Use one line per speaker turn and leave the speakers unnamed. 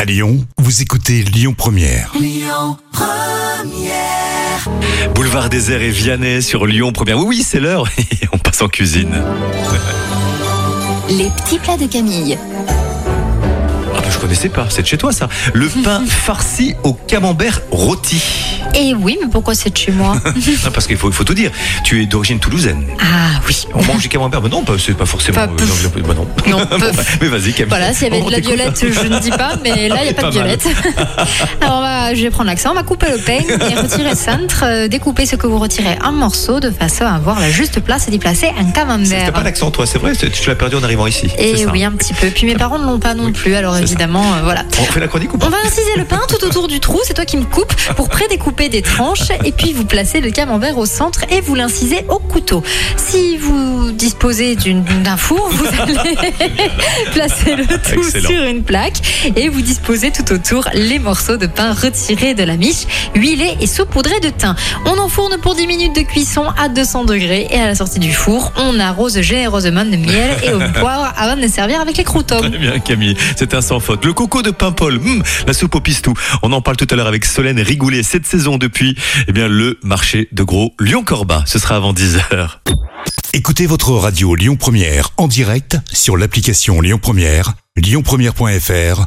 À Lyon, vous écoutez Lyon Première.
Boulevard Désert et Vianney sur Lyon Première. Oui, oui, c'est l'heure. Et on passe en cuisine.
Les petits plats de Camille.
Ah, bah, je connaissais pas. C'est de chez toi, ça. Le pain farci au camembert rôti.
Eh oui, mais pourquoi c'est de chez moi
Ah, parce qu'il faut, il faut tout dire. Tu es d'origine toulousaine.
Ah oui.
On mange du camembert. Bah non, pas- c'est pas forcément.
Pas
euh,
pouf.
non, bah non.
Non,
Bon,
peuf.
bah, mais vas-y, Camille.
Voilà, s'il y avait
On
de la
t'écoute.
violette, je ne dis pas, mais là, il n'y a pas, de
Pas mal.
violette. Alors, on va- je vais prendre l'accent. On va couper le peigne et retirer le cintre. euh, Découper ce que vous retirez en morceaux de façon à avoir la juste place et d'y placer un
T'as
camembert.
pas d'accent, toi, c'est vrai. c'est- Tu l'as perdu en arrivant ici. c'est
Et
ça.
hein. Eh oui, un petit peu. Puis mes parents ne l'ont pas non plus, alors
c'est ça.
évidemment, euh, voilà.
On fait la chronique ou pas
On va inciser le pain tout autour du trou, c'est toi qui me coupes, pour prédécouper des tranches et puis vous placez le camembert au centre et vous l'incisez au couteau. Si vous disposez d'une- d'un four, vous allez placer le tout
Excellent.
sur une plaque et vous disposez tout autour les morceaux de pain retirés de la miche, huilés et saupoudrés de thym. On enfourne pour 10 minutes de cuisson à 200 degrés et à la sortie du four, on arrose généreusement de miel et au poivre avant de servir avec les croutons.
Très bien Camille, c'est un sans faute. Le coco de Paimpol, hum, la soupe au pistou. On en parle tout à l'heure avec Solène Rigoulet. Cette saison depuis, eh bien le marché de gros Lyon-Corba. Ce sera avant 10h.
Écoutez votre radio Lyon Première en direct sur l'application Lyon Première, lyonpremière.fr